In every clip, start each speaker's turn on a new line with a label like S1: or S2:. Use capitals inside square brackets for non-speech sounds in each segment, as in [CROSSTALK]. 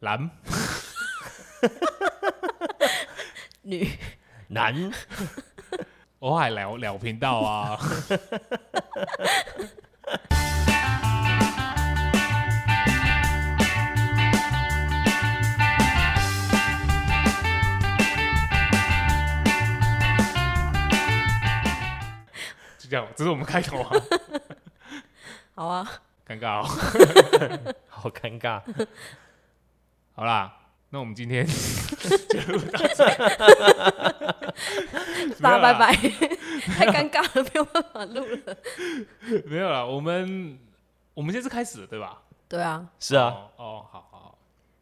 S1: 男
S2: 女
S3: 男
S1: 我海聊聊频道啊。就这样，这是我们开头啊，
S2: 好啊，
S1: 尴尬哦。
S3: [LAUGHS] 好尴尬。
S1: 好啦，那我们今天
S2: 大家拜
S1: 拜。
S2: 拜， [LAUGHS] 太尴尬了，没有办法录了。
S1: 没有啦，我们我们现在是开始了对吧？
S2: 对啊，
S3: 是啊，
S1: 哦，哦好好好，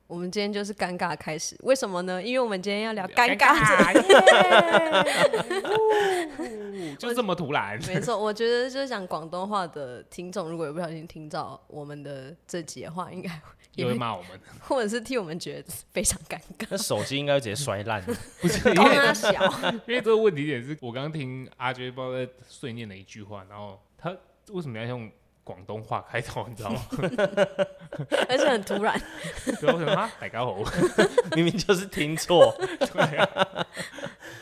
S2: 我们今天就是尴尬开始，为什么呢？因为我们今天要聊
S1: 聊
S2: 尴尬。
S1: 尬，耶就这么突然。
S2: [LAUGHS] 没错，我觉得就是讲广东话的听众，如果有不小心听到我们的这集的话，应该
S1: 也会骂我们，
S2: 或者是替我们觉得非常尴尬。
S3: 那手机应该会直接摔 [LAUGHS] 烂。
S1: 不是 [LAUGHS] 因
S2: 高
S1: 为
S2: 大小，
S1: 因为这个问题点是我刚刚听阿杰不知道在碎念了一句话，然后他为什么要用广东话开头，你知道吗？ [LAUGHS]
S2: 而且很突然。
S1: 然后我想啊，奶高猴。
S3: 明明就是听错。
S1: [LAUGHS] 对啊，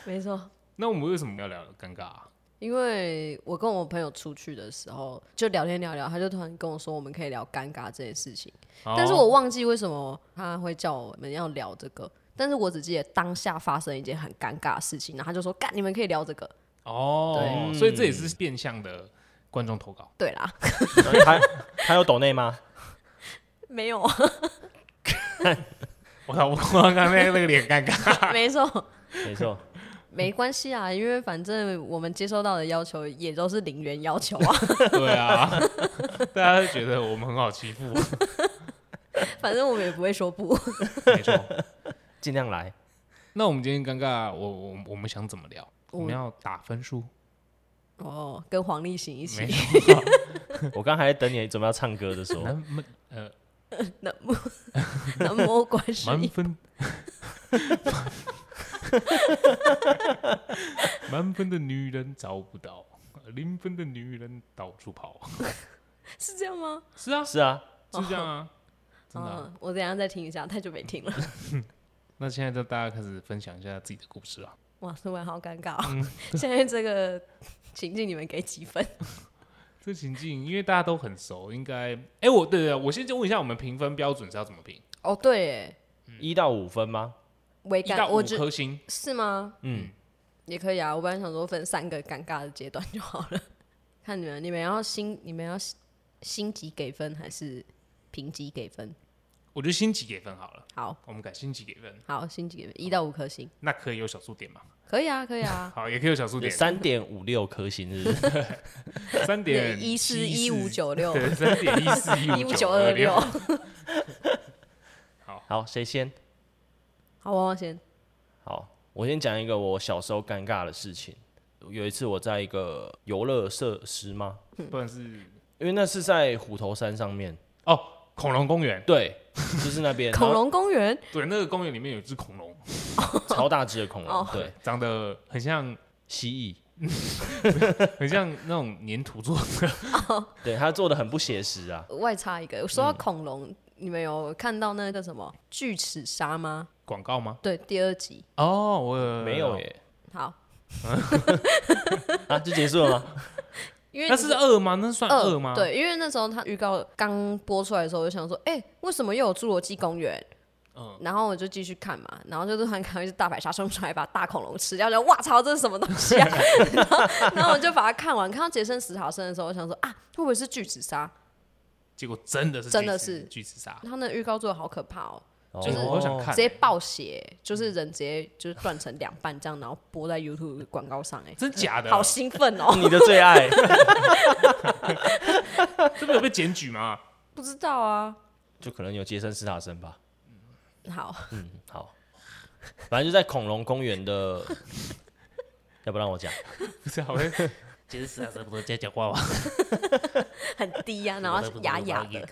S2: 没错，
S1: 那我们为什么要聊尴尬啊？
S2: 因为我跟我朋友出去的时候，就聊天聊聊，他就突然跟我说，我们可以聊尴尬这件事情。但是
S1: 哦
S2: 我忘记为什么他会叫我们要聊这个，但是我只记得当下发生一件很尴尬的事情，然后他就说：“干，你们可以聊这个。
S1: 哦，
S3: 对
S1: 所以这也是变相的观众投稿”。
S2: 对啦，
S3: [LAUGHS] 他他有抖内吗？
S2: [LAUGHS] 没有，啊
S1: 我操，我刚刚那个那个脸尴尬。
S2: [LAUGHS] 没错，
S3: 没错，
S2: 没关系啊，因为反正我们接收到的要求也都是零元要求 [LAUGHS] 啊，
S1: [LAUGHS] 对啊， [LAUGHS] 大家会觉得我们很好欺负， [LAUGHS]
S2: 反正我们也不会说不。
S1: 没错。
S3: [LAUGHS] 尽量来。
S1: 那我们今天尴尬，我我我们想怎么聊？我们要打分数，
S2: 哦，跟黄立行一
S1: 没
S2: 起，
S1: 错。 [LAUGHS]
S3: 我刚还在等你准备要唱歌的时候，
S1: 南门呃，
S2: 那么 [LAUGHS] 那么关系
S1: 满分， [LAUGHS] 满分的女人找不到，零分的女人到处跑。
S2: 是这样吗？
S1: 是啊，是
S3: 是啊，
S2: 哦
S1: 这样
S2: [LAUGHS]
S1: 啊，真的啊、嗯
S2: 嗯，我等一下再听一下，太久没听了。
S1: 那现在就大家开始分享一下自己的故事啊。
S2: 哇，突然好尴尬、哦。
S1: 嗯
S2: [LAUGHS] 现在这个情境，你们给几分？
S1: 这情境，因为大家都很熟，应该，哎、我对对对，我先就问一下，我们评分标准是要怎么评？
S2: 哦，对耶，
S3: 一到五分吗？
S2: 微
S1: 一到五
S2: 尴，哎我觉
S1: 颗星，
S2: 是吗？
S3: 嗯，
S2: 也可以啊。我本来想说分三个尴尬的阶段就好了。 [LAUGHS] 看你们，你们要星，你们要星星级给分还是评级给分？
S1: 我觉得星级给分好了，
S2: 好
S1: 我们改星级给分，
S2: 好，星级给分一到五颗星，
S1: 那可以有小数点吗？
S2: 可以啊，可以啊。
S1: 好，也可以有小数点，
S3: 三点五六颗星是不 [LAUGHS] 是？
S1: 三点
S2: 一四一五九六
S1: 对，三点一四一
S2: 一五
S1: 五
S2: 九
S1: 二
S2: 二六。
S3: 好，谁先？
S2: [LAUGHS] 好，汪汪先。
S3: 好，我先讲一个我小时候尴尬的事情。有一次我在一个游乐设施吗？
S1: 不然是
S3: 因为那是在虎头山上面，
S1: 哦，恐龙公园，
S3: [LAUGHS] 对，就是那边
S2: 恐龙公园
S1: 对，那个公园里面有一只恐龙，
S3: 然后超大只的恐龙
S2: 哦，
S3: 对，
S1: 长得很像
S3: 蜥蜴，
S1: 很像那种粘土做的，
S3: 对，它做的很不写实啊。
S2: 外插一个，说到恐龙，你们有看到那个什么巨齿鲨吗？
S1: 广告吗？
S2: 对，第二集。
S1: 哦，我
S3: 没有，耶，
S2: 好，
S3: 啊，就结束了吗？
S2: 因为
S1: 那是二吗？那算二吗？，
S2: 嗯对，因为那时候他预告刚播出来的时候，我就想说，哎、为什么又有侏罗纪公园？嗯，然后我就继续看嘛，然后就突然看到一只大白鲨冲出来，把大恐龙吃掉，就哇操，这是什么东西啊？ [LAUGHS] 然后，然后我就把它看完，看到杰森·史考森的时候，我想说啊，会不会是巨齿鲨？
S1: 结果真的是
S2: 真的
S1: 巨齿
S2: 是
S1: 巨齿鲨，
S2: 他那预告做的好可怕哦，
S1: [LAUGHS] 就是我都想看
S2: 直接爆血，就是人直接就是断成两半这样，然后播在 YouTube 广告上、哎，
S1: 真假的，
S2: 好兴奋
S3: [LAUGHS] 哦
S2: 哦！ [LAUGHS]
S3: 你的最爱， [LAUGHS]
S1: 这没有被检举吗？
S2: 不知道啊，
S3: 就可能有杰森·斯塔森吧。
S2: 好，
S3: 嗯，好，反正就在恐龙公园的， [LAUGHS] 要不让
S1: [LAUGHS]
S3: 我讲，
S1: 不是，好像杰森斯坦不都在讲话吗？
S2: 很低呀、然后是哑哑的，
S1: 的。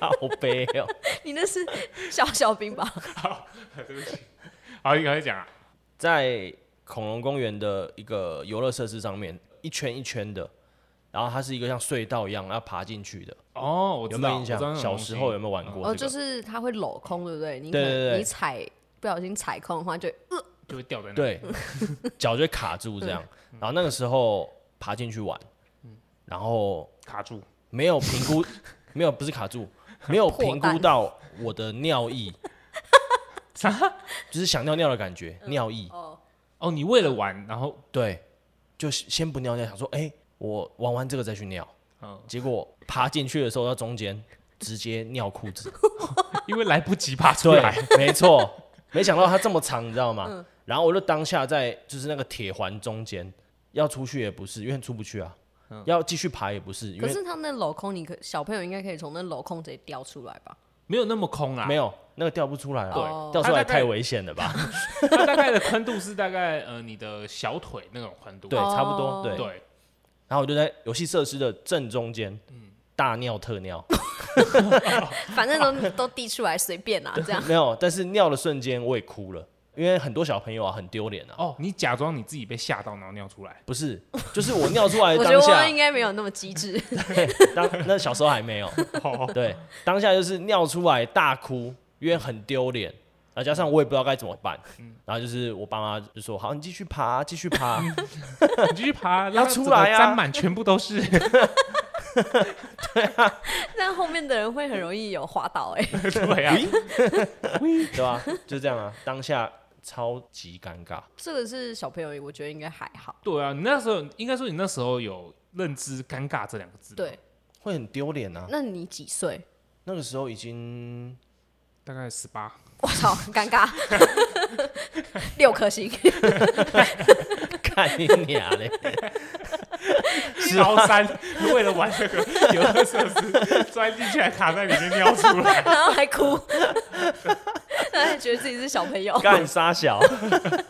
S3: 靠背哦。
S2: 你那是小小兵吧？
S1: 好，你赶快讲啊！
S3: 在恐龙公园的一个游乐设施上面，一圈一圈的，然后它是一个像隧道一样要爬进去的，
S1: 哦，我
S3: 有
S1: 知
S3: 没
S1: 道，
S3: 有印
S1: 我知道
S3: 象？
S1: 那种
S3: 小
S1: 东
S3: 时
S1: 西
S3: 候有没有玩过这个？
S1: [LAUGHS]
S2: 哦，就是它会镂空，对不对？你可
S3: 对对对
S2: 你踩不小心踩空的话就，
S1: 就会掉在那。，
S3: 对，
S1: 嗯
S3: 脚就会卡住这样。然后那个时候爬进去玩，
S1: 嗯
S3: 然后
S1: 卡住。
S3: 没有
S1: [LAUGHS]
S3: 评估，没有不是卡住，没有
S2: 破
S3: 评估
S2: 蛋
S3: 到我的
S1: [LAUGHS]
S3: 尿意，就是想尿尿的感觉，尿意。
S1: 嗯哦，你为了玩，然后
S3: 对，就先不尿尿，想说，哎、我玩完这个再去尿。
S1: 嗯，
S3: 结果爬进去的时候，到中间直接尿裤子。
S1: 因为来不及爬 [LAUGHS] 出
S3: 对
S1: 来，，嗯
S3: 没错，没想到它这么长，你知道吗？然后我就当下在就是那个铁环中间，要出去也不是，因为出不去啊，
S1: 嗯
S3: 要继续爬也不是，因
S2: 可
S3: 为
S2: 是它那镂空，你可小朋友应该可以从那镂空直接掉出来
S3: [LAUGHS]
S2: 吧？
S1: 没有那么空啦。
S3: 没有那个掉不出来了，
S2: 对
S3: 掉出
S1: 它大概
S3: 来太危险了吧？
S1: 它大概的宽度是大概呃你的小腿那种宽度。
S3: 对，差不多，对。
S2: 哦
S1: 对，
S3: 然后我就在游戏设施的正中间，
S1: 嗯
S3: 大尿特尿，
S2: 反正都都滴出来，随便啦，这样。
S3: 没有，但是尿的瞬间我也哭了，因为很多小朋友啊很丢脸啊，
S1: 哦，你假装你自己被吓到，然后尿出 [LAUGHS] 来。
S3: 不是，就是我尿出来
S2: 我
S3: 的
S2: 觉得
S3: 当
S2: 我
S3: 下
S2: 妈应，该没有那么机
S3: [LAUGHS]
S2: 智，
S3: 对当那小时候还没有，对，当下就是尿出来大哭，因为很丢脸，然后加上我也不知道该怎么办，
S1: 嗯
S3: 然后就是我爸妈就说：“好，你继续爬，继续爬。
S1: 嗯你继续爬，让它
S3: 出
S1: 整个
S3: 来啊
S1: 沾满全部都 [LAUGHS] 是。
S2: 但后面的人会很容易有滑倒哎、
S1: 对啊，
S3: 对吧、就这样啊，当下超级尴尬。
S2: 这个是小朋友，我觉得应该还好。
S1: 对啊，你那时候应该说你那时候有认知“尴尬”这两个字。，
S2: 对，
S3: 会很丢脸啊！
S2: 那你几岁？
S3: 那个时候已经
S1: 大概十八。
S2: 我操，尴尬， [LAUGHS] 六颗星。 [LAUGHS]
S3: 看你俩嘞，
S1: 高三为了玩这个游乐设施，钻进去还卡在里面尿出来。
S2: 然后还哭，然后还觉得自己是小朋友。
S3: 干沙小。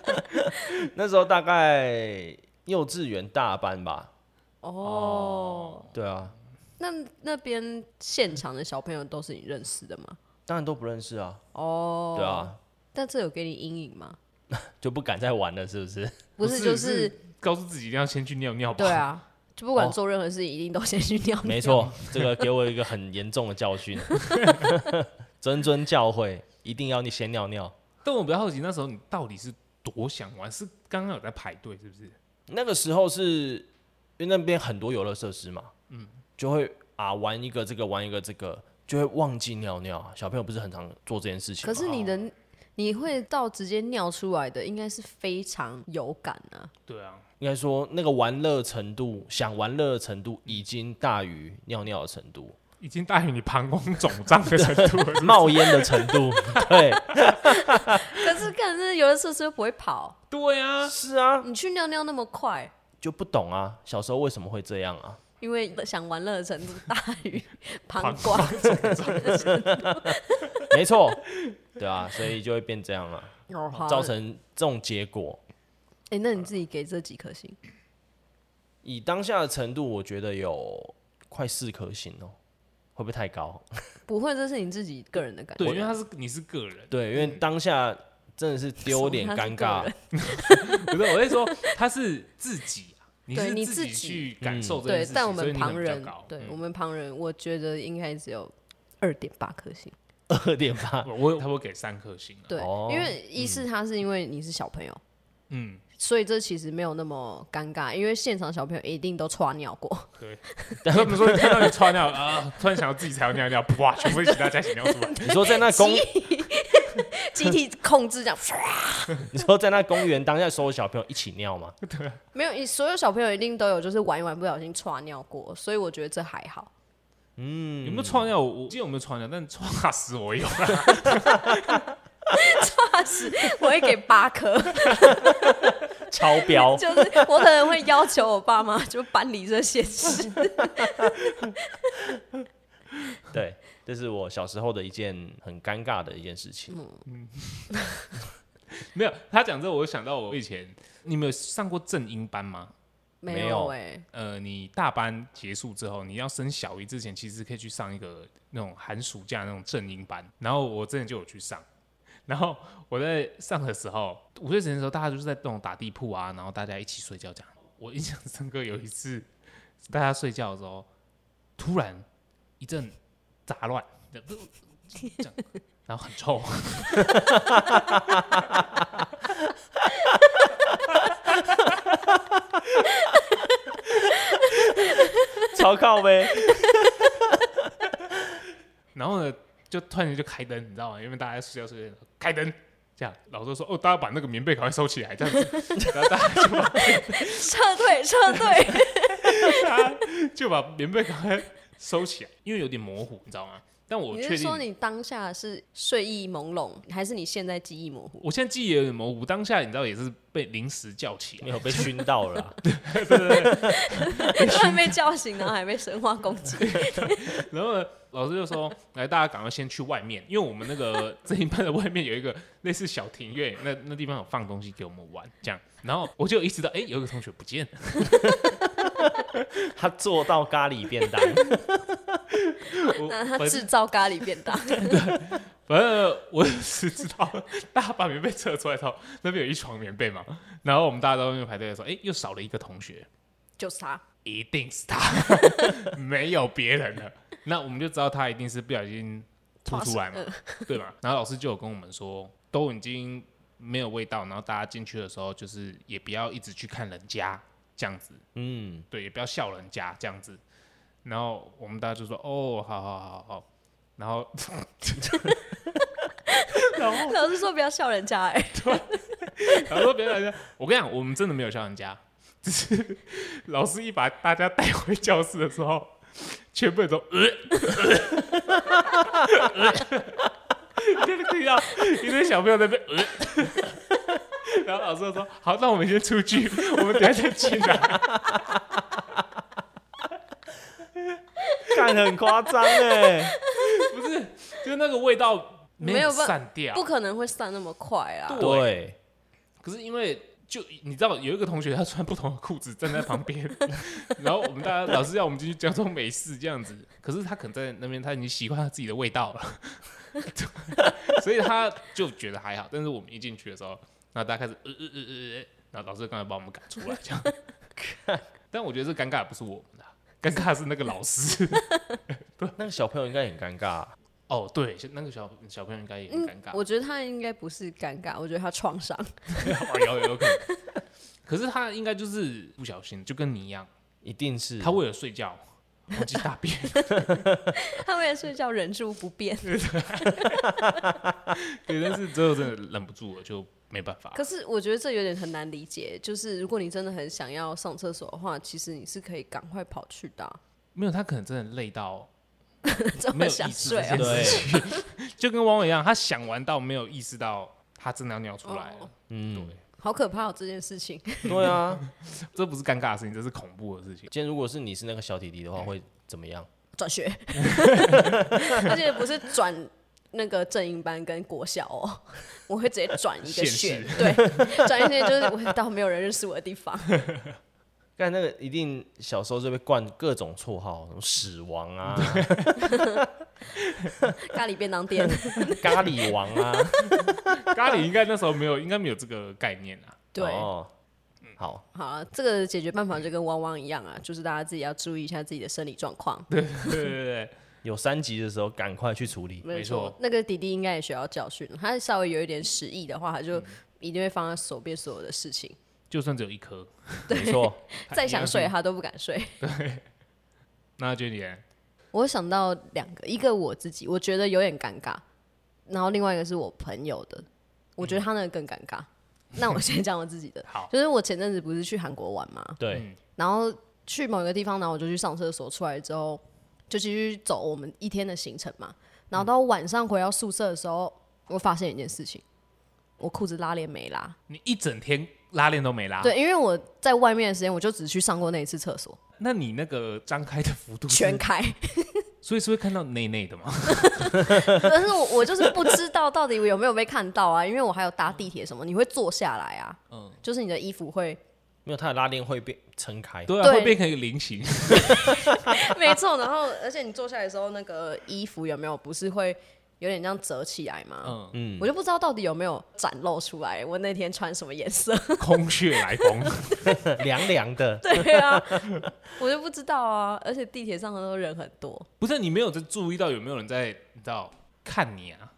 S3: [LAUGHS] 那时候大概幼稚园大班吧，
S2: 哦，
S3: 对啊，
S2: 那那边现场的小朋友都是你认识的吗？
S3: 当然都不认识啊，
S2: 哦，
S3: 对。啊，
S2: 但这有给你阴影吗？
S3: 就不敢再玩了，是不是？
S2: [LAUGHS] 不
S1: 是
S2: 是，就
S1: 就是
S2: 是
S1: 告诉自己一定要先去尿尿吧。
S2: 对，啊，就不管
S3: 哦
S2: 做任何事，一定都先去尿尿。
S3: 没，错，这个给我一个很严重的教训， [LAUGHS] 谆谆教诲，一定要你先尿尿。
S1: 但我比较好奇，那时候你到底是多想玩？是刚刚有在排队，是不是？
S3: 那个时候是因为那边很多游乐设施嘛，嗯，就会啊玩一个这个玩一个这个，就会忘记尿尿。小朋友不是很常做这件事情吗？
S2: 可是你的你会到直接尿出来的，应该是非常有感啊。
S1: 对啊，
S3: 应该说那个玩乐程度，想玩乐的程度已经大于尿尿的程 [LAUGHS] 度，
S1: 已经大于你膀胱肿胀的程度了。
S3: 冒烟的程 [LAUGHS] 度，对，
S2: 可是看那游乐设施又不会跑，
S1: [LAUGHS] 对啊，
S3: 是啊，
S2: 你去尿尿那么快，
S3: 就不懂啊，小时候为什么会这样啊？
S2: 因为想玩乐的程度大于膀
S1: 膀
S2: 胱。
S3: 没错，对啊，所以就会变这样啊。
S2: [LAUGHS] 哦，好
S3: 造成这种结果。
S2: 哎、那你自己给这几颗星？
S3: 以当下的程度，我觉得有快四颗星哦，会不会太高？
S2: 不会，这是你自己个人的感觉。
S1: 对，因为他是你是个人，
S3: 对，因为当下真的是丢脸
S2: 什么他是
S3: 尴尬
S2: 个人，
S1: [LAUGHS] 不是我是说他是自己啊，你
S2: 对
S1: 是
S2: 你
S1: 自
S2: 自己嗯
S1: 去感受这件
S2: 对
S1: 事，情，
S2: 但我
S1: 所以
S2: 们
S1: 你可能
S2: 旁
S1: 比较
S2: 人
S1: 高，
S2: 对、
S1: 嗯
S2: 我们旁人，我觉得应该只有二点八颗星。
S3: 二点八，
S1: 我我他会给三颗星啊。
S2: 对，
S3: 哦
S2: 因为一是他是因为你是小朋友，
S1: 嗯，
S2: 所以这其实没有那么尴尬，因为现场小朋友一定都刷尿过。 [LAUGHS]
S1: 对。 [LAUGHS] 他们说看到你穿尿啊，突然想到自己才要尿尿，哇，全部一起大家一起尿
S2: [LAUGHS]
S1: 出来。
S3: 你说在那
S2: 哎
S3: 公，
S2: 集体控制这样，唰
S3: 你说在那公园当下所有小朋友一起尿吗？
S2: 没有，所有小朋友一定都有，就是玩一玩不小心刷尿过，所以我觉得这还好。嗯
S1: 有没有创尿？我我记得有没有创尿，但 [LAUGHS] 创死我有。
S2: 八十我会给八颗。
S1: [LAUGHS]
S3: 超标，
S2: 就是我可能会要求我爸妈就搬离这现实。 [LAUGHS]
S3: [LAUGHS] 对，这是我小时候的一件很尴尬的一件事情。
S1: 没有，他讲这个我就想到我以前，你们有上过正音班吗？
S3: 没
S2: 没
S3: 有
S2: 哎、
S1: 呃，你大班结束之后，你要升小一之前，其实可以去上一个那种寒暑假那种正音班。然后我之前就有去上，然后我在上的时候，午睡时间的时候，大家就是在那种打地铺啊，然后大家一起睡觉这样。我印象深刻有一次，大家睡觉的时候，突然一阵杂乱，这样然后很臭，
S3: [LAUGHS] 超靠呗， [LAUGHS]
S1: 然后呢就突然间就开灯，你知道吗？因为大家睡觉睡觉开灯。这样，老周说：“哦，大家把那个棉被赶快收起来。”这样子，然后大家就把
S2: 撤退，撤退，
S1: 大家就把棉被赶快收起来，因为有点模糊，你知道吗？但 [LAUGHS] 我
S2: 你
S1: 确
S2: 是
S1: 定
S2: 说你当下是睡意朦胧，还是你现在记忆模
S1: [LAUGHS]
S2: 糊？
S1: 我现在记忆也有点模糊，当下你知道也是被临时叫起
S3: 没
S1: 来，
S3: 有被熏到了 [LAUGHS] 啊，
S2: 突然被叫醒，然后还被生化攻击，
S1: 然后呢，老师就说：“来，大家赶快先去外面，因为我们那个这一班的外面有一个类似小庭院，那那地方有放东西给我们玩，这样。”然后我就意识到，哎、有一个同学不见了，
S3: 他做到咖喱便 [LAUGHS] 当，
S1: 我
S2: 那他
S1: 反
S2: 制造咖喱便当， [LAUGHS]
S1: 反正我是知道，大家把棉被撤出来之后，那边有一床棉被嘛，然后我们大家在外面排队的时候，哎、又少了一个同学，
S2: 就是他。
S1: 一定是他，没有别人了。那我们就知道他一定是不小心吐出来嘛，对吧？然后老师就有跟我们说，都已经没有味道，然后大家进去的时候，就是也不要一直去看人家这样子，
S3: 嗯，
S1: 对，也不要笑人家这样子。然后我们大家就说，哦，好好好好。然后
S2: [LAUGHS] 老师说不要笑人家、哎，
S1: 然后说别人家，我跟你讲，我们真的没有笑人家， [LAUGHS] 只是老师一把大家带回教室的时候，全部人都呃，呃 [LAUGHS] 就是听到一堆小朋友在那边呃。然后老师就说：“好，那我们先出去，我们等一下再进来。
S3: 干得很夸张哎，”
S1: 不是，就是那个味道
S2: 没
S1: 有
S2: 有办
S1: 散掉
S2: 不。可能会散那么快啊！
S3: [LAUGHS] 对，
S1: 可是因为就你知道，有一个同学他穿不同的裤子站在旁边， [LAUGHS] 然后我们大家老师要我们进去假装没事这样子，可是他可能在那边他已经习惯他自己的味道了， [LAUGHS] 所以他就觉得还好。但是我们一进去的时候，那大家开始呃呃呃呃呃，然后老师刚才把我们赶出来这样。但我觉得这尴尬不是我们的，啊尴尬是那个老师。
S3: 那个小朋友应该很尴尬，
S1: 哦，对，那个小小朋友应该也很尴尬。
S2: 嗯我觉得他应该不是尴尬，我觉得他创伤。
S1: 哦 [LAUGHS] 有有有可能，可是他应该就是不小心，就跟你一样。
S3: 一定是
S1: 他为了睡觉忘记大
S2: [LAUGHS]
S1: 便，
S2: [LAUGHS] 他为了睡觉忍住不
S1: [LAUGHS]
S2: 变，
S1: 啊对，但是最后真的忍不住了，就没办法。
S2: 可是我觉得这有点很难理解。就是如果你真的很想要上厕所的话，其实你是可以赶快跑去
S1: [LAUGHS]
S2: 的啊、
S1: 没有，他可能真的累
S2: [LAUGHS]
S1: 到
S2: 这
S1: 没
S2: 么
S1: 有
S2: 想
S1: 意识
S2: 睡
S1: 这
S2: 啊
S1: 件？
S3: 对
S1: 事情， [LAUGHS] 就跟汪伟一样，他想完到没有意识到他真的要尿出来
S2: 哦
S1: 了。
S3: 嗯，
S2: 好可怕、哦！这件事情 [LAUGHS]
S3: 对啊，
S1: 这不是尴尬的事情，这是恐怖的事情。 [LAUGHS]
S3: 今天如果是你是那个小弟弟的话，会怎么样？
S2: 转学，而且不是转那个正音班跟国小
S1: [LAUGHS]
S2: 哦，我会直接转一个
S1: 县
S2: 学
S1: 市，
S2: 对，转一些就是我会到没有人认识我的地方。
S3: 干那个一定小时候就被冠各种绰号，什么屎王 [LAUGHS] 啊、
S2: 咖喱便当
S1: [LAUGHS]
S2: 店，
S3: 咖喱王啊。
S1: 咖喱应该那时候没有，应该没有这个概念啊。
S2: 对，
S3: 哦，好，
S2: 好啊，这个解决办法就跟汪汪一样啊，就是大家自己要注意一下自己的生理状况。
S1: 对对对，
S3: 有三级的时候赶快去处理。
S1: 没错，
S2: 那个弟弟应该也学到教训，他稍微有一点失忆的话，他
S1: 嗯
S2: 就一定会放在手边所有的事情，
S1: 就算只有一颗，
S3: 没错，
S2: 再想睡他都不敢睡。
S1: 那就你嘞，
S2: 我想到两个，一个我自己我觉得有点尴尬，然后另外一个是我朋友的，我觉得他那个更尴尬。那我先讲我自己的
S1: 嗯好
S2: 就是我前阵子不是去韩国玩嘛，
S3: 对，
S2: 然后去某一个地方，然后我就去上厕所，出来之后就继续走我们一天的行程嘛。然后到晚上回到宿舍的时候，我发现一件事情，我裤子拉链没拉。
S1: 你一整天拉链都没拉，，
S2: 对，因为我在外面的时间，我就只去上过那一次厕 [LAUGHS] 所，
S1: 那你那个张开的幅度是
S2: 全， [LAUGHS] 开。
S1: 所以是会看到内内的吗？
S2: 但是我我就是不知道到底有没有被看到啊，因为我还有搭地铁什么，你会坐下来啊，
S1: 嗯
S2: 就是你的衣服 [LAUGHS] 会，
S3: 没有他的拉链会被撑开，
S1: 对啊，
S2: 对
S1: 会变成一个菱形，
S2: 没错。然后而且你坐下来的时候，那个衣服有没有不是会有点这样折起来嘛，
S1: 嗯，
S3: 嗯
S2: 我，就不知道到底有没有展露出来。我那天穿什么颜色？ [LAUGHS]
S1: 空穴来风，
S3: 凉凉的，
S2: 对啊，我就不知道啊。而且地铁上都人很多，
S1: 不是你没有在注意到有没有人在，你知道看你 [LAUGHS] 啊，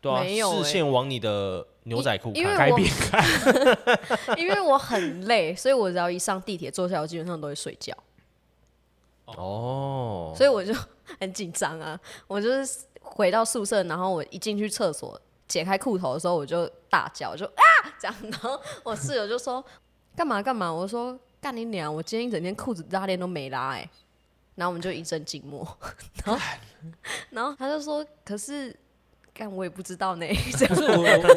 S3: 对啊，
S2: 没有欸
S3: 视线往你的牛仔裤
S2: 因为
S3: 看，
S1: 改
S2: 我
S1: 变看，
S2: 因为我很累，所以我只要一上地铁坐下来，我基本上都会睡觉，
S3: [LAUGHS] 哦，
S2: 所以我就很紧张啊。 [LAUGHS] 我就是回到宿舍，然后我一进去厕所解开裤头的时候，我就大叫，我就啊这样，然后我室友就说干嘛干嘛，我说干你娘，我今天一整天裤子拉链都没拉哎、然后我们就一阵静默， [LAUGHS] 然
S3: [LAUGHS]
S2: 后然后他就说可是干我也不知道呢，这样
S1: 不是我我我，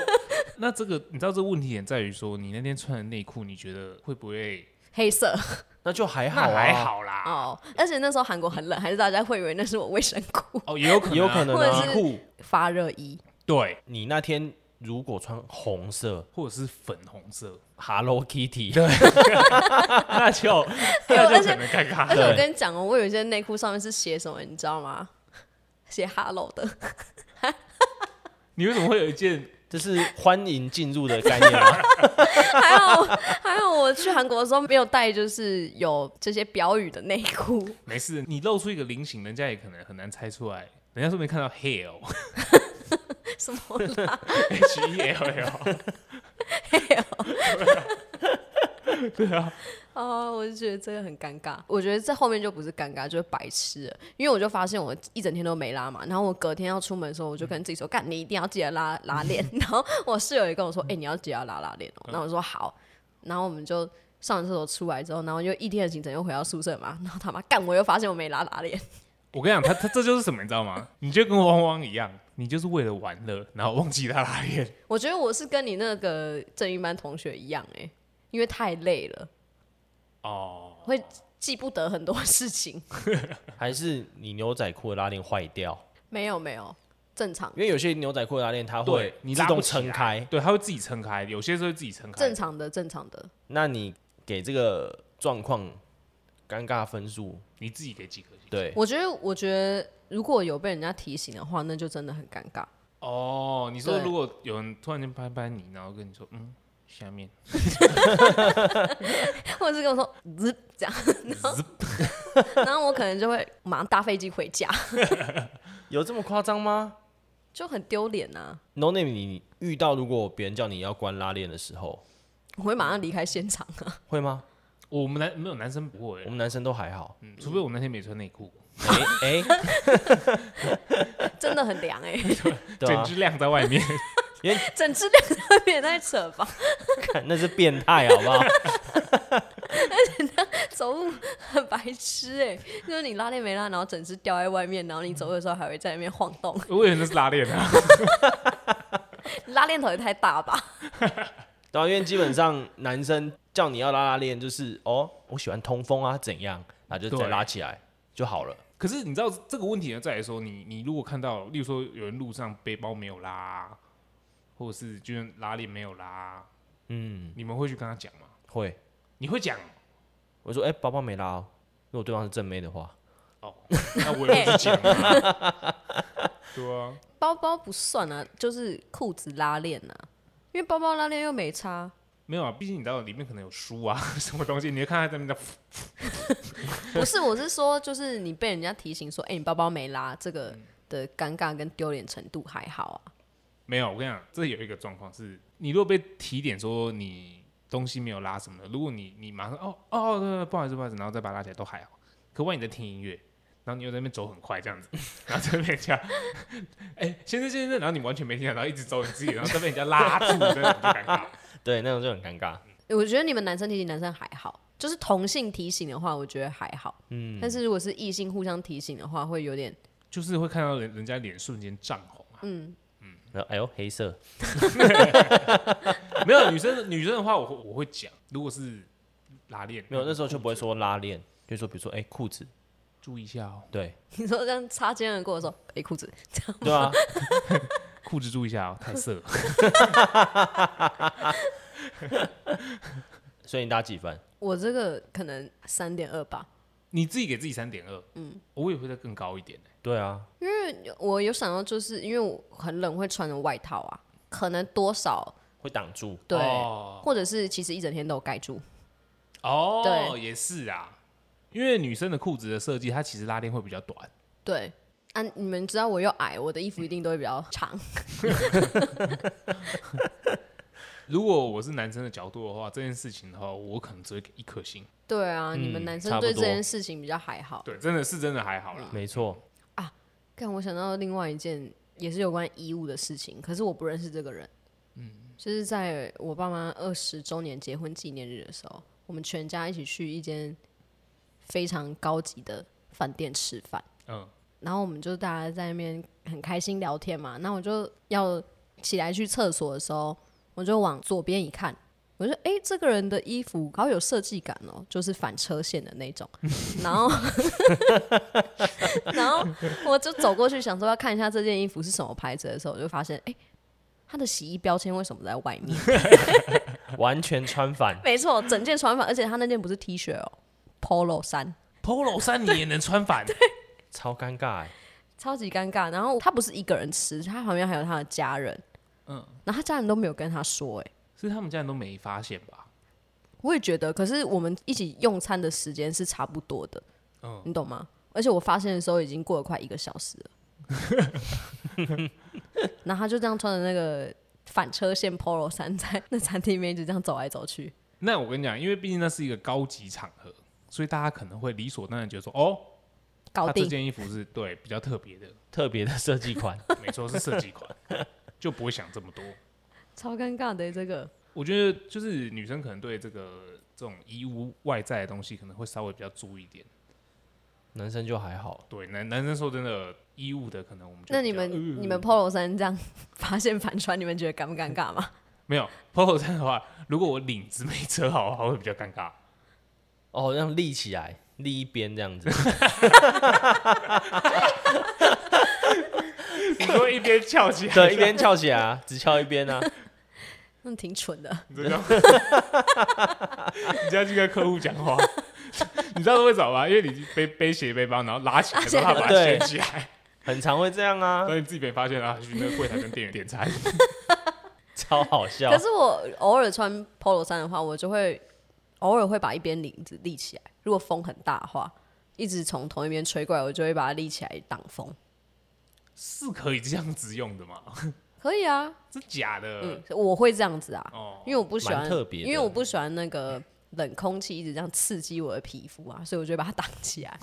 S1: 那这个你知道这个问题点在于说，你那天穿的内裤，你觉得会不会？
S2: 黑色
S3: 那就还好、
S1: 那
S3: 啊，
S1: 还，好啦，
S2: 哦，而且那时候韩国很冷，还是大家会以为那是我卫生裤、
S1: 哦，也有可能啊，
S3: 也有可能
S2: 或者是
S3: 啊。裤，
S2: 发热衣。
S1: 对，
S3: 你那天如果穿红色
S1: 或者是粉红 [LAUGHS] 色，
S3: Hello Kitty， [LAUGHS]
S1: 那就那就可能尴尬
S2: 而且
S1: 了。
S2: 我跟你讲哦，我有一些内裤上面是写什么，你知道吗？ [LAUGHS] 写 “hello” 的，
S1: [LAUGHS]
S2: [LAUGHS]
S1: 你为什么会有一件？
S3: 这是欢迎进入的概念啊吗？ [LAUGHS]
S2: 还有还有，我去韩国的时候没有带，就是有这些标语的内裤。
S1: 没事，你露出一个菱形，人家也可能很难猜出来。人家说没看到 hail
S2: 什么？
S1: h e l l，
S2: [LAUGHS] 哦，我就觉得这个很尴尬。我觉得在后面就不是尴尬，就是白痴了。因为我就发现我一整天都没拉嘛，然后我隔天要出门的时候，我就跟自己说：“干，你一定要记得拉拉链。” [LAUGHS] 然后我室友也跟我说：“哎、你要记得要拉拉链哦。”然后我说：“好。”然后我们就上完厕所出来之后，然后又一天的行程又回到宿舍嘛，然后他妈干，我又发现我没拉拉链。
S1: [LAUGHS] 我跟你讲，他他这就是什么，你知道吗？你就跟汪汪一样，你就是为了玩乐，然后忘记拉拉链。
S2: 我觉得我是跟你那个正音班同学一样哎、因为太累了，
S1: 哦，
S2: 会记不得很多事
S3: [LAUGHS]
S2: 情。
S3: 还是你牛仔裤的拉链坏掉？
S2: 没有没有，正常
S3: 因为有些牛仔裤的拉链它会
S1: 对你
S3: 自
S1: 拉
S3: 动
S1: 不起来
S3: 撑开，
S1: 对，他会自己撑开，有些时候会自己撑开
S2: 正。常的正常的。
S3: 那你给这个状况尴尬分数，
S1: 你自己给几颗星？
S3: 对，
S2: 我觉得我觉得如果有被人家提醒的话，那就真的很尴尬。 [LAUGHS]
S1: 哦，你说
S2: 对
S1: 如果有人突然间拍拍你，然后跟你说，嗯，下面
S2: 或者是跟我说滋这样， [LAUGHS] 然后然后我可能就会马上搭飞机回家，
S3: 有这么夸张吗
S2: 就很丢脸啊呐。
S3: ？No name，你遇到如果别人叫你要关拉链的时候，
S2: 我会马上离开现
S3: [LAUGHS]
S2: 场啊！
S3: 会吗？
S1: 我们男没有男生不会
S3: 我，们男生都还好。
S1: 嗯，除非我那天没穿内裤，
S3: 哎
S1: [LAUGHS]
S3: 哎，
S2: 真的很凉哎、
S3: 对
S1: 整
S3: 啊，
S1: 只晾在外面。
S3: [LAUGHS]
S2: 整只晾在那边也太扯吧，
S3: 看那是变态好
S1: [LAUGHS]
S3: 不好？
S2: 走路很白痴哎、就是你拉链没拉，然后整只掉在外面，然后你走路的时候还会在那边晃动， [LAUGHS]
S1: 我以为那是拉链啊。
S2: 拉链头也太大吧？
S3: 对啊，因为基本上男生叫你要拉拉链，就是哦，我喜欢通风啊，怎样，啊，就再
S1: 对
S3: 拉起来就好了。
S1: 可是你知道这个问题呢，在于说你你如果看到，例如说有人路上背包没有拉，或者是就是拉链没有拉，嗯，你们会去跟他讲吗？
S3: 会，
S1: 你会
S3: [LAUGHS]
S1: 讲
S3: 我说哎、包包没拉、哦，如果对方是正妹的话，
S1: 哦，那我也会去讲啊。对啊，
S2: 包包不算啊，就是裤子拉链啊，因为包包拉链又没差。
S1: 没有啊，毕竟你知道里面可能有书啊，什么东西，你会看他在那边在
S2: 不是，我是说，就是你被人家提醒说，哎、你包包没拉，这个的尴尬跟丢脸程度还好啊。
S1: 没有，我跟你讲，这有一个状况是，你如果被提点说你东西没有拉什么的，如果你你马上哦哦对对，不好意思不好意思，然后再把它拉起来都还好。可万一你在听音乐，然后你又在那边走很快这样子，然后这边人家 [LAUGHS] 哎先生先生，然后你完全没听到，然后一直走你自己，然后再被人家拉住，真的很尴尬。
S3: 对，那种就很尴尬。
S1: 嗯
S2: 我觉得你们男生提醒男生还好，就是同性提醒的话，我觉得还好。嗯，但是如果是异性互相提醒的话，会有点
S1: 就是会看到人人家脸瞬间涨红啊。
S3: 然后哎呦，黑色，
S1: 没有女生女生的话我，会我会讲，如果是拉链
S3: 没有，那时候就不会说拉链，就说比如说哎裤、子，
S1: 注意一下哦， [LAUGHS]
S3: 对，
S2: 你说这样擦肩而过的时候，哎、裤子，
S3: 对啊，
S1: 裤子注意一下哦，太色了。
S3: 所以你打几分？
S2: 我这个可能三点二吧，
S1: 你自己给自己三点二，嗯，我也会再更高一点、欸。
S3: 对啊，
S2: 因为我有想到，就是因为我很冷会穿着外套啊，可能多少
S3: 会挡住。
S2: 对，
S1: 哦，
S2: 或者是其实一整天都有盖住。
S1: 哦
S2: 对
S1: 也是啊，因为女生的裤子的设计，它其实拉链会比较短。
S2: 对，啊，你们知道我又矮，我的衣服一定都会比较长。 [LAUGHS]
S1: 如果我是男生的角度的话，这件事情的话，我可能只会给一颗星。
S2: 对啊，你
S3: 嗯
S2: 们男
S3: 差
S2: 生
S3: 不
S2: 对这
S3: 多
S2: 件事情比较还好。
S1: 对，真的是真的还好啦。
S3: 没错，
S2: 但我想到另外一件也是有关衣物的事情，可是我不认识这个人。嗯，就是在我爸妈二十周年结婚纪念日的时候，我们全家一起去一间非常高级的饭店吃饭，
S1: 嗯，
S2: 然后我们就大家在那边很开心聊天嘛。那我就要起来去厕所的时候，我就往左边一看。我就哎、诶这个人的衣服好有设计感哦，就是反车线的那种。然后， [LAUGHS] 然后我就走过去想说要看一下这件衣服是什么牌子的时候，我就发现，哎、它的洗衣标签为什么在外面？
S1: [LAUGHS]
S3: 完全穿反
S2: 没错，整件穿反，而且它那件不是 T 恤哦，Polo 衫，
S1: polo 衫你也能穿反，
S3: 超尴尬欸。
S2: 超级尴尬。然后他不是一个人吃，他旁边还有他的家人，
S1: 嗯
S2: 嗯，然后他家人都没有跟他说、哎，
S1: 是他们家人都没发现吧？
S2: 我也觉得，可是我们一起用餐的时间是差不多的，
S1: 嗯
S2: 你懂吗？而且我发现的时候已经过了快一个小时
S1: [LAUGHS]
S2: 了，然后他就这样穿着那个反车线 polo 衫在那餐厅里面一直这样走来走去，
S1: 那我跟你讲，因为毕竟那是一个高级场合，所以大家可能会理所当然觉得说，哦，
S2: 搞
S1: 他这
S2: 定。
S1: 件衣服是对比较特别的，
S3: 特别的设计款， [LAUGHS]
S1: 没错是设计款，
S2: [LAUGHS]
S1: 就不会想这么多。
S2: 超尴尬的欸这个，
S1: 我觉得就是女生可能对这个这种衣物外在的东西可能会稍微比较注意一点。
S3: 男生就还好。
S1: 对，男男生说真的，衣物的可能我们就
S2: 那你
S1: 比较
S2: 们、
S1: 呃
S2: 你们 polo 衫这样发现反穿，你们觉得尴不尴尬吗？
S1: 没有 [LAUGHS] polo 衫的话，如果我领子没遮好的话，会比较尴尬。
S3: 哦，让立起来，立一边这
S1: [LAUGHS]
S3: 样子，
S1: 你说一边翘起来，
S3: 对，一边翘起来啊，只翘一边啊。
S2: 那挺蠢的，
S1: 你这样， [LAUGHS] 你这样去跟客户讲话， [LAUGHS] 你知道为什么吗？因为你背背斜背包，然后拉起来，然后他把它
S3: 对
S1: 掀起来，
S3: 很常会这样啊
S1: 然，后你自己没发现，然后去那个柜台跟店员点餐。
S3: 超好笑
S2: 可。是我偶尔穿 polo 衫的话，我就会偶尔会把一边领子立起来，如果风很大的话，一直从同一边吹过来，我就会把它立起来挡风。
S1: 是可以这样子用的吗？ [LAUGHS]
S2: 可以啊，
S1: 是假的？
S2: 嗯，我会这样子啊，
S1: 哦，
S2: 因为我不喜欢
S3: 蛮特别的
S2: 因为我不喜欢那个冷空气一直这样刺激我的皮肤啊，所以我就会把它挡起
S3: [LAUGHS]
S2: 来。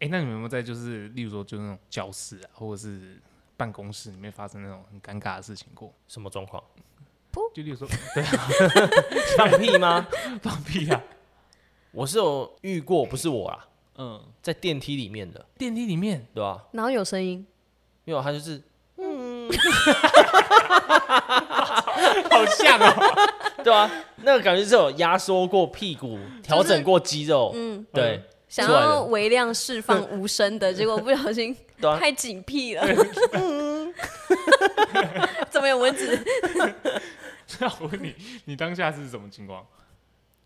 S1: 哎、那你们有没有在就是，例如说，就是那种教室啊，或者是办公室里面发生那种很尴尬的事情过？
S3: 什么状况？
S1: 就例如 [LAUGHS] 说，对啊，
S3: 放屁吗？
S1: [LAUGHS] 放屁啊，
S3: 我是有遇过，不是我啦，
S1: 嗯，
S3: 在电梯里面的，
S1: 电梯里面，
S3: 对吧、
S2: 然后有声音，
S3: 没有，他就是
S2: 嗯
S3: [LAUGHS]
S1: 好像哦，
S3: 对啊，那个感觉是有压缩过屁股，调整过肌肉，嗯，对，
S2: 想
S3: 出来
S2: 要
S3: 了
S2: 微量释放无声的，结果不小心
S3: [LAUGHS] 对啊
S2: 太紧闭了。嗯 [LAUGHS] 怎么有蚊子？ [LAUGHS]
S1: 那 [LAUGHS] 我问你，你当下是什么情况？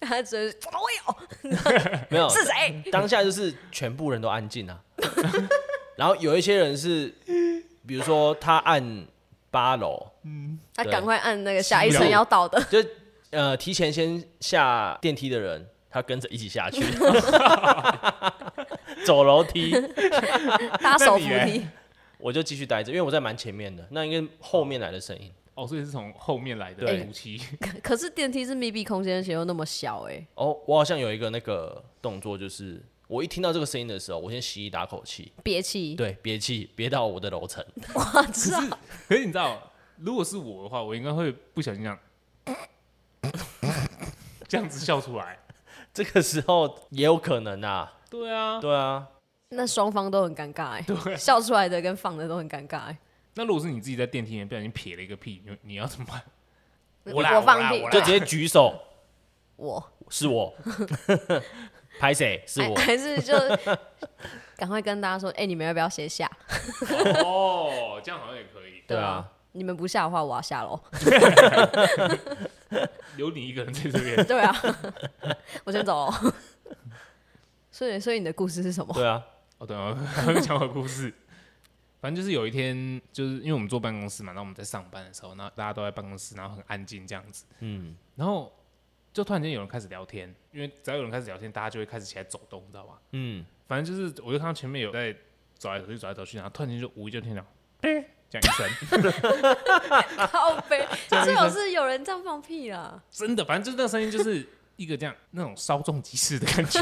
S2: 他只是我
S3: 哦
S2: 有
S3: 没有，
S2: 是谁？
S3: 当下就是全部人都安静啊， [LAUGHS] 然后有一些人是，比如说他按八楼，
S2: 他
S3: 对
S2: 赶快按那个下一层
S1: 秒
S2: 要到
S1: [LAUGHS]
S2: 的，
S3: 就呃提前先下电梯的人，他跟着一起
S2: [LAUGHS]
S3: 下去，走楼梯，
S2: 搭手扶
S1: 那你
S2: 梯。
S3: 我就继续待着，因为我在蛮前面的，那应该后面来的声音。
S1: 哦，所以是从后面来的
S3: 对
S1: 武器，
S2: 可 [LAUGHS] 可是电梯是密闭空间，而且又那么小，哎，
S3: 哦，我好像有一个那个动作，就是我一听到这个声音的时候，我先吸一打口气，
S2: 憋气。
S3: 对，憋气，憋到我的楼层。
S2: 哇，知道
S1: [LAUGHS] 可是你知道，如果是我的话，我应该会不小心这样， [LAUGHS] 这样子笑出来。
S3: 这个时候也有可能啊，
S1: 对
S2: 哦
S1: 啊，
S3: 对啊，
S2: 那双方都很尴尬，哎，笑出来的跟放的都很尴尬，哎。
S1: 那如果是你自己在电梯里面不小心撇了一个屁，你你要怎么办？我啦
S2: 我放
S1: 我
S2: 屁
S1: 啦，
S3: 就直接举手，
S2: 我 [LAUGHS]
S3: 是我，拍谁？是
S2: 还
S3: 我，
S2: 还是就 [LAUGHS] 赶快跟大家说，哎，你们要不要先下？
S1: 哦，这样好像也可以，
S3: 对
S2: [LAUGHS]
S3: 啊，
S2: 你们不下的话，我要下 [LAUGHS] 喽。
S1: 留你一个人在这边。
S2: [LAUGHS] 对啊，我先走、哦。 [LAUGHS] 所以，所以你的故事是什么？ [LAUGHS]
S3: 对啊，
S1: 哦， [LAUGHS] 对啊，还没讲我的故事。反正就是有一天，就是因为我们坐办公室嘛，然后我们在上班的时候，然后大家都在办公室，然后很安静这样子，
S3: 嗯，
S1: 然后就突然间有人开始聊天，因为只要有人开始聊天，大家就会开始起来走动，你知道吗？
S3: 嗯，
S1: 反正就是我就看到前面有在走来走去、走来走去，然后突然间就无意就听到， [LAUGHS] 哔这样一声，
S2: 靠背，
S1: 样
S2: 最
S1: 一
S2: 好
S1: 声
S2: 是有人这样放屁啦。
S1: 真的，反正就是那个声音就是一个这样那种稍纵即逝的感觉，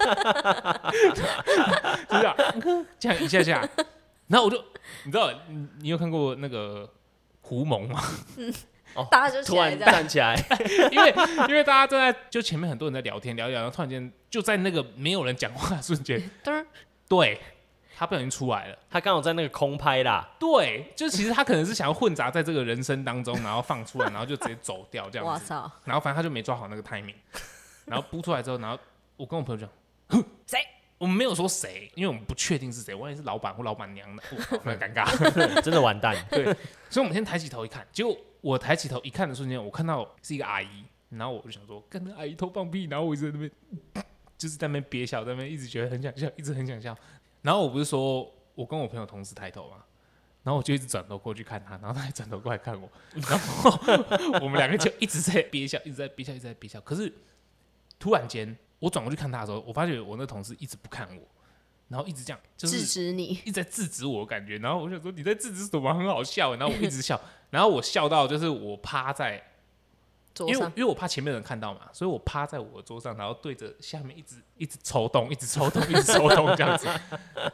S1: [LAUGHS] 就是啊，这样一下下，然后我就你知道你你有看过那个狐獴吗？ [LAUGHS]
S2: 大家就起
S3: 突
S2: 来
S3: 然
S2: 这样，
S3: 站起来， [LAUGHS]
S1: 因为因为大家正在就前面很多人在聊天聊一聊，然后突然间就在那个没有人讲话的瞬间，
S2: 噔儿，
S1: 对他不小心出来了。
S3: 他刚好在那个空拍啦， [LAUGHS]
S1: 对，就其实他可能是想要混杂在这个人生当中，然后放出来，然后就直接走掉这
S2: 哇
S1: 样子。
S2: 操，
S1: 然后反正他就没抓好那个 timing，然后扑出来之后，然后我跟我朋友讲，
S2: 谁？
S1: 我们没有说谁，因为我们不确定是谁，万一是老板或老板娘的，哦那尴尬。
S3: 真的完蛋，
S1: 所以我们先抬起头一看，结果我抬起头一看的瞬间，我看到是一个阿姨，然后我就想说，跟那阿姨偷放屁，然后我一直在那边， [LAUGHS] 就是在那边憋笑，在那边一直觉得很想笑，一直很想笑。然后我不是说我跟我朋友同时抬头嘛，然后我就一直转头过去看她，然后她也转头过来看我，然后我们两个就一直在憋笑，一直在憋笑，一直在憋笑。可是突然间，我转过去看她的时候，我发觉我那同事一直不看我，然后一直这样，就是
S2: 制止你，
S1: 一直在制止我，感觉，然后我想说你在制止什么？很好笑，然后我一直笑， [LAUGHS] 然后我笑到就是我趴在，
S2: 桌
S1: 因为我
S2: 上
S1: 因为我怕前面的人看到嘛，所以我趴在我的桌上，然后对着下面一直一直抽动，一直抽动，一直抽动这样子。 [LAUGHS]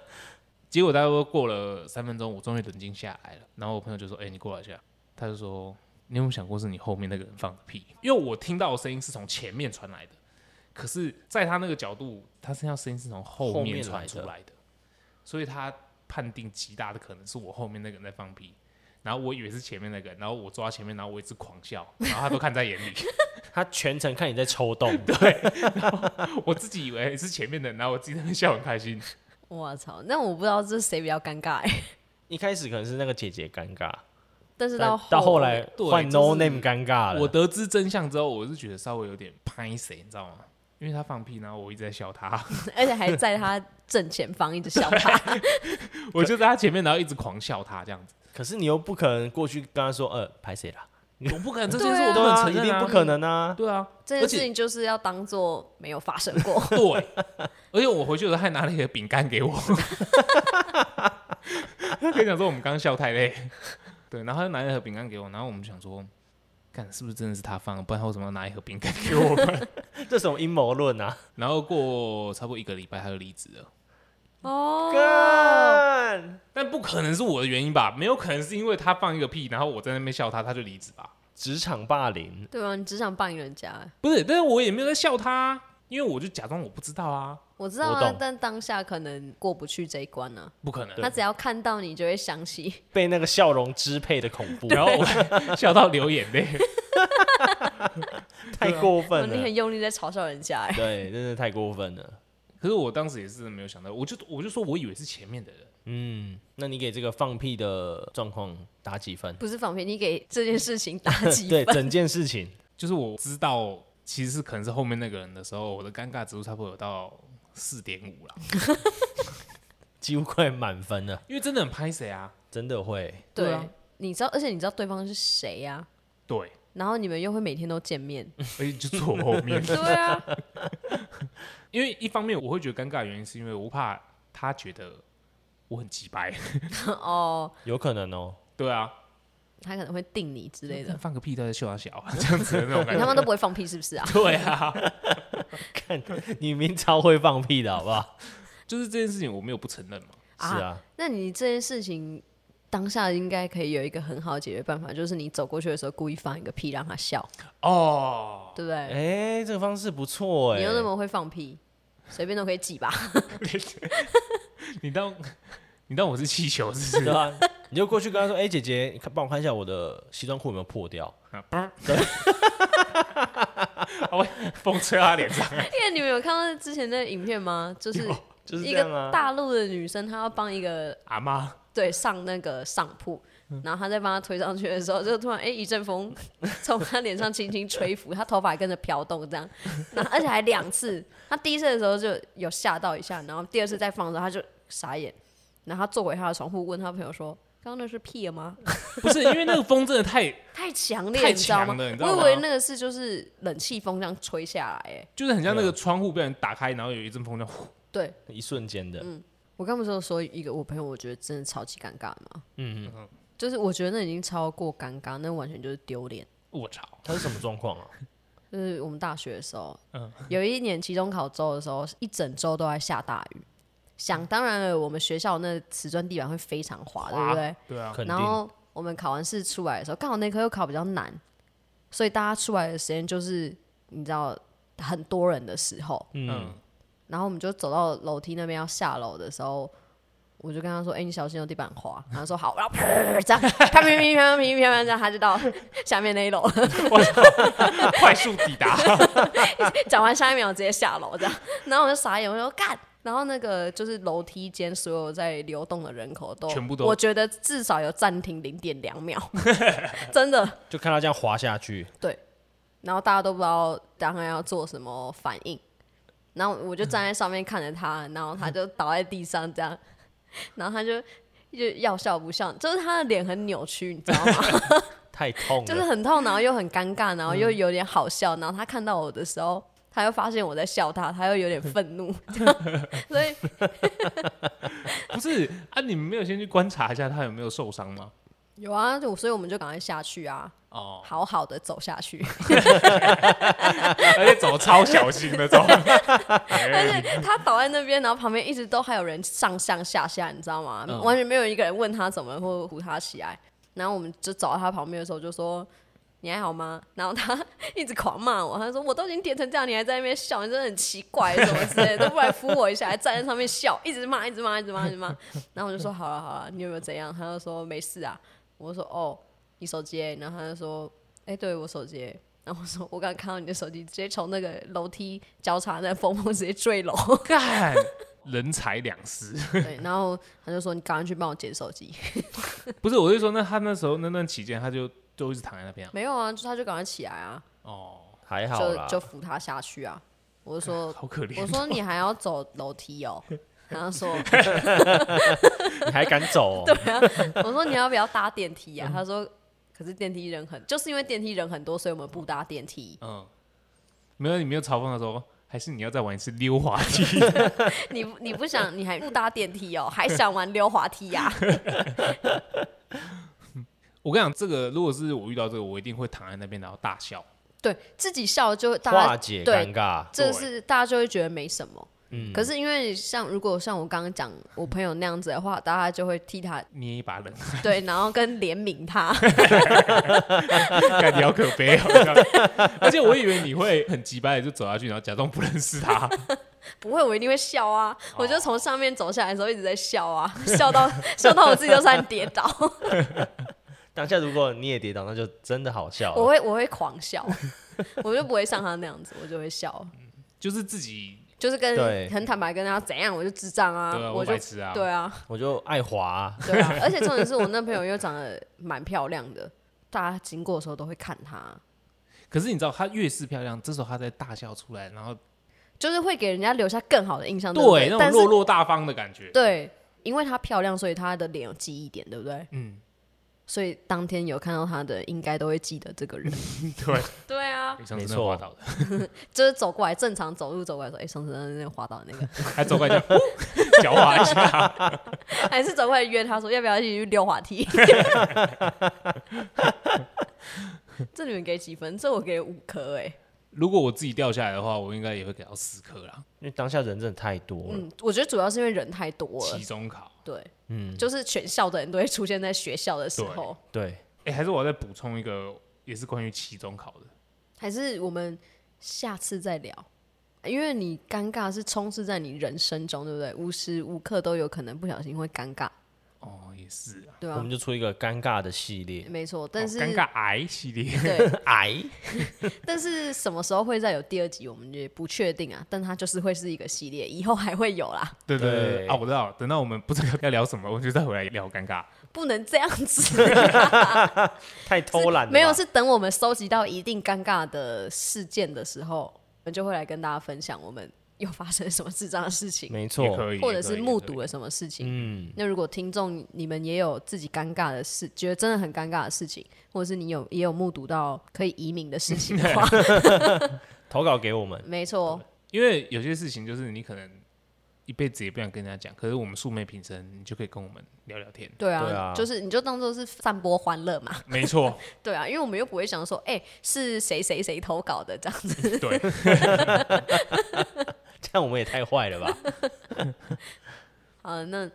S1: 结果大概过了三分钟，我终于冷静下来了，然后我朋友就说：“哎、你过来一下。”他就说：“你有没有想过是你后面那个人放的屁？因为我听到的声音是从前面传来的，可是在他那个角度，他身上声音是从后
S3: 后
S1: 面
S3: 面
S1: 传
S3: 来
S1: 出
S3: 的
S1: 来的，所以他判定极大的可能是我后面那个人在放屁。然后我以为是前面那个，然后我抓前面，然后我一直狂笑，然后他都看在眼里，
S3: 他全程看你在抽动，
S1: 我自己以为是前面的，然后我自己在那边笑很开心。
S2: 我操，那我不知道这谁比较尴尬哎，
S3: 一开始可能是那个姐姐尴尬，
S2: [LAUGHS] 但是
S3: 但
S2: 到
S3: 到后来
S1: 对
S3: 换
S1: 就
S3: No
S1: 是
S3: Name 尴尬
S1: 我
S3: 了，
S1: 得知真相之后，我是觉得稍微有点拍谁，你知道吗？因为他放屁，然后我一直在笑他，
S2: [LAUGHS]
S1: [LAUGHS]
S2: 而且还在他正前方一直笑
S3: [LAUGHS]
S2: 他，
S1: 我就在他前面，然后一直狂笑他这样子。
S3: 可是你又不可能过去跟他说，呃，拍谁啦？
S1: 我不可能，这
S2: 对
S1: 件
S2: 啊
S1: 事我不
S3: 对
S1: 能
S3: 啊，
S1: 承
S3: 一
S1: 认
S3: 定
S1: 啊，
S3: 不可能啊，
S1: 对啊，
S2: 这
S1: 而
S2: 件
S1: 且。
S2: 事情就是要当做没有发生
S3: [LAUGHS]
S2: 过
S1: 对，而且我回去的时候还拿了一个饼干给 [LAUGHS] 我，跟你讲说我们刚笑太累，对，然后他就拿了一盒饼干给我，然后我们想说，看是不是真的是他放的，不然他为什么要拿一盒饼干给我们？ [LAUGHS]
S3: 这什么阴谋论啊？
S1: 然后过差不多一个礼拜他就离职了，
S2: 哦，
S3: 干，
S1: 但不可能是我的原因吧？没有可能是因为他放一个屁，然后我在那边笑他，他就离职吧？
S3: 职场霸凌。
S2: 对啊，你只想扮人家，
S1: 不是，但是我也没有在笑他，啊因为我就假装我不知道啊，
S2: 我知道
S3: 我
S2: 啊
S3: 懂，
S2: 但当下可能过不去这一关呢。
S1: 不可能。
S2: 他只要看到你就会想起，
S3: 被那个笑容支配的恐怖，
S1: 然后我 [LAUGHS] 笑到流眼泪，
S3: 太过
S2: 哦
S3: 分
S2: 你
S3: 了
S2: 很，用力在嘲笑人家哎。
S3: 对，真的太过分了。
S1: 可是我当时也是没有想到，我就我就说我以为是前面的人。
S3: 嗯，那你给这个放屁的状况打几分？
S2: 不是仿片，你给这件事情打几
S3: 对，
S2: 分？
S3: 整件事情
S1: 就是我知道其实是可能是后面那个人的时候，我的尴尬指数差不多有到四点五啦，
S3: 几乎快满分了，
S1: 因为真的很拍谁啊？
S3: 真的会。
S2: 对
S1: 对啊
S2: 你知道，而且你知道对方是谁呀、
S1: 对，
S2: 然后你们又会每天都见
S3: [LAUGHS]
S2: 面，，
S1: 而且就坐我后面
S2: 对啊，
S1: [LAUGHS] 因为一方面我会觉得尴尬，原因是因为我怕他觉得我很鸡掰， [LAUGHS]
S2: 哦，
S3: 有可能哦，
S1: 对啊，
S2: 他可能会定你之类的，
S1: 放个屁都在秀他小 [LAUGHS] 这样子的那种
S2: 你
S1: 感
S2: 他
S1: 觉。
S2: 妈都不会放屁是不是啊？
S1: 对
S3: [LAUGHS]
S1: 啊，
S3: 你明超会放屁的好不好？
S1: 就是这件事情我没有不承认嘛。
S2: 啊
S3: 是啊，
S2: 那你这件事情当下应该可以有一个很好的解决办法，就是你走过去的时候故意放一个屁让他笑，
S1: 哦，
S2: 对不对？
S3: 哎，这个方式不错哎
S2: 你又。那么会放屁，随便都可以挤吧？
S1: 你当你当我是气球是不
S3: 对
S1: 是？
S3: 啊，你就过去跟他说：“哎，姐姐，你看，帮我看一下我的西装裤有没有破掉
S1: 啊嘣他会风吹他脸上，
S2: [LAUGHS] 因为你们有看到之前那个影片吗？就是？”
S3: 就是
S2: 一
S3: 这样
S2: 个
S3: 啊。
S2: 大陆的女生，她要帮一个
S1: 阿妈
S2: 对上那个上铺，
S1: 嗯
S2: 然后他在帮他推上去的时候，就突然哎、一
S1: [LAUGHS]
S2: 阵风从他脸上轻轻吹拂，他头发也跟着飘动这样，然后而且还两次，他第一次的时候就有吓到一下，然后第二次再放的时候他就傻眼，然后他坐回他的床铺问他朋友说。刚刚那是屁了吗？
S1: 不是因为那个风真的太，
S2: 太强烈，
S1: 太
S2: 你知道吗？
S1: 强了你知道
S2: 我以
S1: 吗
S2: 为那个是就是冷气风这样吹下来，哎，
S1: 就是很像那个窗户被人打开，然后有一阵风这样呼。
S2: 对
S3: 一瞬间的，
S2: 我刚不是有说一个我朋友，我觉得真的超级尴尬的吗？
S3: 嗯，
S2: 就是我觉得那已经超过尴尬，那完全就是丢脸。
S1: 我操！
S3: 他是什么状况啊？
S2: 就是我们大学的时候，有一年期中考周的时候，一整周都在下大雨。想当然了，我们学校那瓷砖地板会非常滑，对不对？
S1: 对啊，
S3: 肯
S2: 然
S3: 定
S2: 后我们考完试出来的时候，刚好那科又考比较难，所以大家出来的时间就是你知道很多人的时候，
S1: 嗯，
S2: 然后我们就走到楼梯那边要下楼的时候，我就跟他说：“哎、你小心有地板滑。”然后他说：“好。”然后噗这样，啪啪啪啪啪啪啪，这样他就到下面那一楼了。
S1: 快速抵达，
S2: 讲完下一秒直接下楼这样， [LAUGHS] 然后我就傻眼，我说干。然后那个就是楼梯间所有在流动的人口都
S1: 全部都
S2: 我觉得至少有暂停零点两秒， [LAUGHS] 真的。
S3: 就看他这样滑下去，
S2: 然后大家都不知道当然要做什么反应，然后我就站在上面看着他，然后他就倒在地上这样，然后他就就要笑不笑，就是他的脸很扭曲，你知道吗？
S3: 太痛
S2: 就是
S3: 了，
S2: 很痛，然后又很尴尬，然后又有点好笑，然后他看到我的时候。他又发现我在笑他，他又有点愤怒，这样 [LAUGHS] 所以
S1: [LAUGHS] 不是啊？你们没有先去观察一下他有没有受伤吗？
S2: 有啊，就所以我们就赶快下去啊，
S1: 哦，
S2: 好好的走下去。
S1: 而且走哎超小心的走，
S2: 而且他倒在那边，然后旁边一直都还有人上上下下，你知道吗？
S1: 嗯
S2: 完全没有一个人问他怎么或扶他起来。然后我们就走到他旁边的时候，就说：“你还好吗？” [LAUGHS] 然后他一直狂骂我，他说：“我都已经跌成这样，你还在那边笑，你真的很奇怪，什么之类的，都不来扶我一下，还站在上面笑，一直骂，一直骂，一直骂， [LAUGHS] 一直骂。”然后我就说：“好了好了，你有没有怎样？”他就说：“没事啊。”我就说：“哦，你手机欸？”然后他就说：“哎、对我手机欸。”然后我说：“我刚看到你的手机，直接从那个楼梯交叉那缝缝直接坠楼。
S1: [LAUGHS] 干，人财两失。”
S2: [LAUGHS] 对，然后他就说：“你赶快去帮我捡手机。
S1: [LAUGHS] 不是，我是说，那他那时候那段期间，他就就一直躺在那边”啊。
S2: [LAUGHS] 没有啊，就他就赶快起来啊，
S1: 哦，
S3: 还好
S2: 就
S3: 啦，
S2: 就扶他下去啊。我就 [LAUGHS] 说
S1: 好可：“怜。
S2: 我说你还要走楼梯 [LAUGHS] 哦。”然后说，
S3: 你还敢走、哦？
S2: 我说你要不要搭电梯啊？他说，可是电梯人很，就是因为电梯人很多，所以我们不搭电梯。
S1: 嗯，没有，你没有嘲讽他说，还是你要再玩一次溜滑
S2: [LAUGHS]
S1: 梯？
S2: 你不你不想，你还不搭电梯哦，还想玩溜滑梯啊 [LAUGHS] 呀、
S1: 我跟你讲，这个如果是我遇到这个，我一定会躺在那边然后大笑。
S2: 对自己笑就大家
S3: 化解
S2: 对
S3: 尴尬，
S1: 对
S2: 这
S1: 嗯
S2: 是大家就会觉得没什么。可是因为像如果像我刚刚讲我朋友那样子的话，大家就会替他 [LAUGHS]
S1: 捏一把冷汗，
S2: 对，然后跟怜悯他。
S1: 感觉好可悲哦。 [LAUGHS] 而且我以为你会很急掰的就走下去，然后假装不认识
S2: [LAUGHS]
S1: 他。
S2: 不会，我一定会笑啊！
S1: 哦
S2: [LAUGHS] 我就从上面走下来的时候一直在笑啊， [LAUGHS] 笑到笑到我自己都差点跌倒，
S1: 哦
S3: 当下如果你也跌倒，那就真的好笑
S2: [LAUGHS]
S3: 了。
S2: 我会我会狂笑，我就不会像他那样子，我就会笑，
S1: 嗯就是自己
S2: 就是跟
S3: 对
S2: 很坦白跟他怎样，我就智障啊，
S1: 对啊，
S2: 我
S1: 我
S2: 就
S1: 白痴啊，
S2: 对啊，
S3: 我就爱滑、
S2: 对啊，而且重点是我那朋友又长得蛮漂亮的，大家经过的时候都会看她，
S1: 可是你知道，她越是漂亮，这时候她在大笑出来，然后
S2: 就是会给人家留下更好的印嗯象，对不
S1: 对
S2: 对
S1: 那
S2: 但
S1: 种落
S2: 是
S1: 落大方的感觉。
S2: 对，因为她漂亮，所以她的脸有记忆点，对不对？
S1: 嗯，
S2: 所以当天有看到她的，应该都会记得这个人。
S1: [LAUGHS] 对，
S2: 对啊，
S1: 你上次
S3: 没
S1: 那
S3: 错
S1: 滑倒的，
S2: 就是走过来正常走路走过来说，哎、上次那个滑倒的那
S1: [LAUGHS]
S2: 个，
S1: 还走过来就呼脚滑一下。 [LAUGHS]
S2: 还是走过来约他说要不要一起去溜滑梯？ [LAUGHS] 这你们给几分？这我给五颗哎、
S1: 如果我自己掉下来的话，我应该也会给到四颗啦。
S3: 因为当下人真的太多了，
S2: 嗯，我觉得主要是因为人太多了
S1: 期，中考，
S2: 对，嗯，就是全校的人都会出现在学校的时候，
S3: 对，
S1: 哎、还是我再补充一个，也是关于期中考的。
S2: 还是我们下次再聊。因为你尴尬是充斥在你人生中，对不对？无时无刻都有可能不小心会尴尬。
S1: 哦，也也是啊，
S2: 对
S3: 我
S2: 啊
S3: 们，就出一个尴尬的系列，
S2: 没错。但是、
S1: 哦尴尬癌系列， [LAUGHS]
S2: 对， [LAUGHS]
S3: 癌
S2: 但是什么时候会再有第二集，我们也不确定啊。但它就是会是一个系列，以后还会有啦， [LAUGHS]
S1: 对对对
S3: 对
S1: 啊，我知道了，等到我们不知道要聊什么，我就再回来聊尴尬。
S2: 不能这样
S1: [LAUGHS]
S2: 子。
S3: 太偷懒了吧，
S2: 没有，是等我们收集到一定尴尬的事件的时候，我们就会来跟大家分享我们又发生什么智障的事情，
S3: 没
S1: 也
S3: 错，
S1: 可以，
S2: 或
S1: 也
S2: 者
S1: 可
S2: 是
S1: 以
S2: 目
S1: 也可以
S2: 睹了什么事情。
S3: 嗯，
S2: 那如果听众你们也有自己尴尬的事，觉得真的很尴尬的事情，或者是你有也有目睹到可以移民的事情
S1: [LAUGHS]
S2: 的话，
S3: 投稿给我们，
S2: 没错，哦
S1: 因为有些事情就是你可能一辈子也不想跟人家讲，可是我们素昧平生，你就可以跟我们聊聊天。
S2: 对啊，
S3: 对啊
S2: 就是你就当做是散播欢乐嘛，
S1: 没错，
S2: [LAUGHS] 对啊，因为我们又不会想说，哎、是谁谁谁投稿的这样子， [LAUGHS]
S1: 对，
S3: 这样我们也太坏了吧？
S2: 啊，那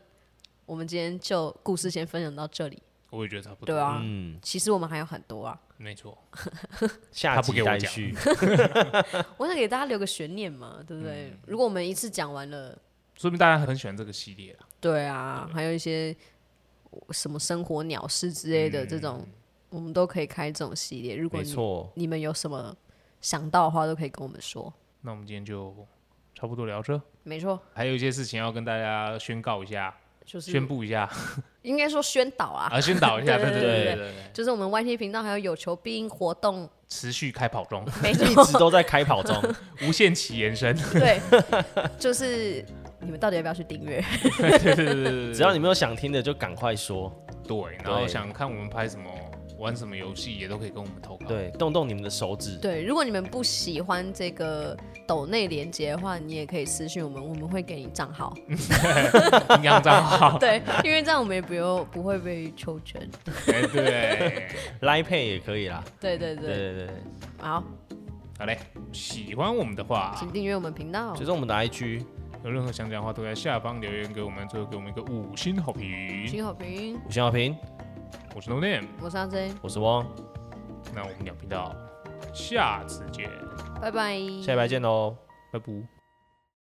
S2: 我们今天就故事先分享到这里，
S1: 我也觉得差不多。
S2: 对，啊，
S3: 嗯，
S2: 其实我们还有很多啊，
S1: 没错，
S3: 下
S1: [LAUGHS] 他不
S3: 集
S1: 给我
S3: 待
S1: 讲
S3: 续，
S2: 我想给大家留个悬念嘛，对不对？
S1: 嗯
S2: 如果我们一次讲完了，
S1: 说明大家很喜欢这个系列啦。
S2: 对啊，
S3: 嗯
S2: 还有一些什么生活鸟事之类的这种，我们都可以开这种系列。如果
S3: 嗯没
S2: 你 [LAUGHS]
S3: 错，
S2: 你们有什么想到的话，都可以跟我们说。
S1: 那我们今天就差不多聊这，
S2: 没错，
S1: 还有一些事情要跟大家宣告一下、
S2: 就是
S1: 宣布一下
S2: 应该说宣导啊，
S1: 啊，宣导一
S2: [LAUGHS]
S1: 下，对
S2: 对对
S1: 对对
S2: 对
S1: 对，
S2: 就是我们 YT 频道还有有求必应活
S3: [LAUGHS]
S2: 动，
S1: 持续开跑中，
S2: 没
S3: 一直
S2: 错，
S3: 都在开跑中，
S1: 无限期延
S2: [LAUGHS]
S1: 伸。
S2: 对，就是你们到底要不要去订阅？ [LAUGHS]
S1: 对对对对对，
S3: 只要你们有想听的就赶快说，
S1: 对，然后
S3: 对
S1: 想看我们拍什么、玩什么游戏，也都可以跟我们投稿。
S3: 对，动动你们的手指，
S2: 对，如果你们不喜欢这个抖内连接的话，你也可以私信我们，我们会给你账号。
S3: 嗯
S1: 阴阳账
S2: [LAUGHS]
S1: 号，
S2: 对，因为这样我们也不用不会被抽成。
S1: 哎对，
S3: 来配也可以啦，
S2: 对对对，
S3: 对对对，
S2: 好，
S1: 好嘞，喜欢我们的话，
S2: 请订阅我们频道
S3: 就，是我们的 IG
S1: 有任何想讲的话，都在下方留言给我们，最后给我们一个五星好评。
S2: 请好评。
S3: 五星好评，
S1: 我是 No Name，
S2: 我是阿 J，
S3: 我是汪，
S1: 那我们两频道下次见，
S2: 拜拜，
S3: 下礼拜见喽。
S1: 拜拜。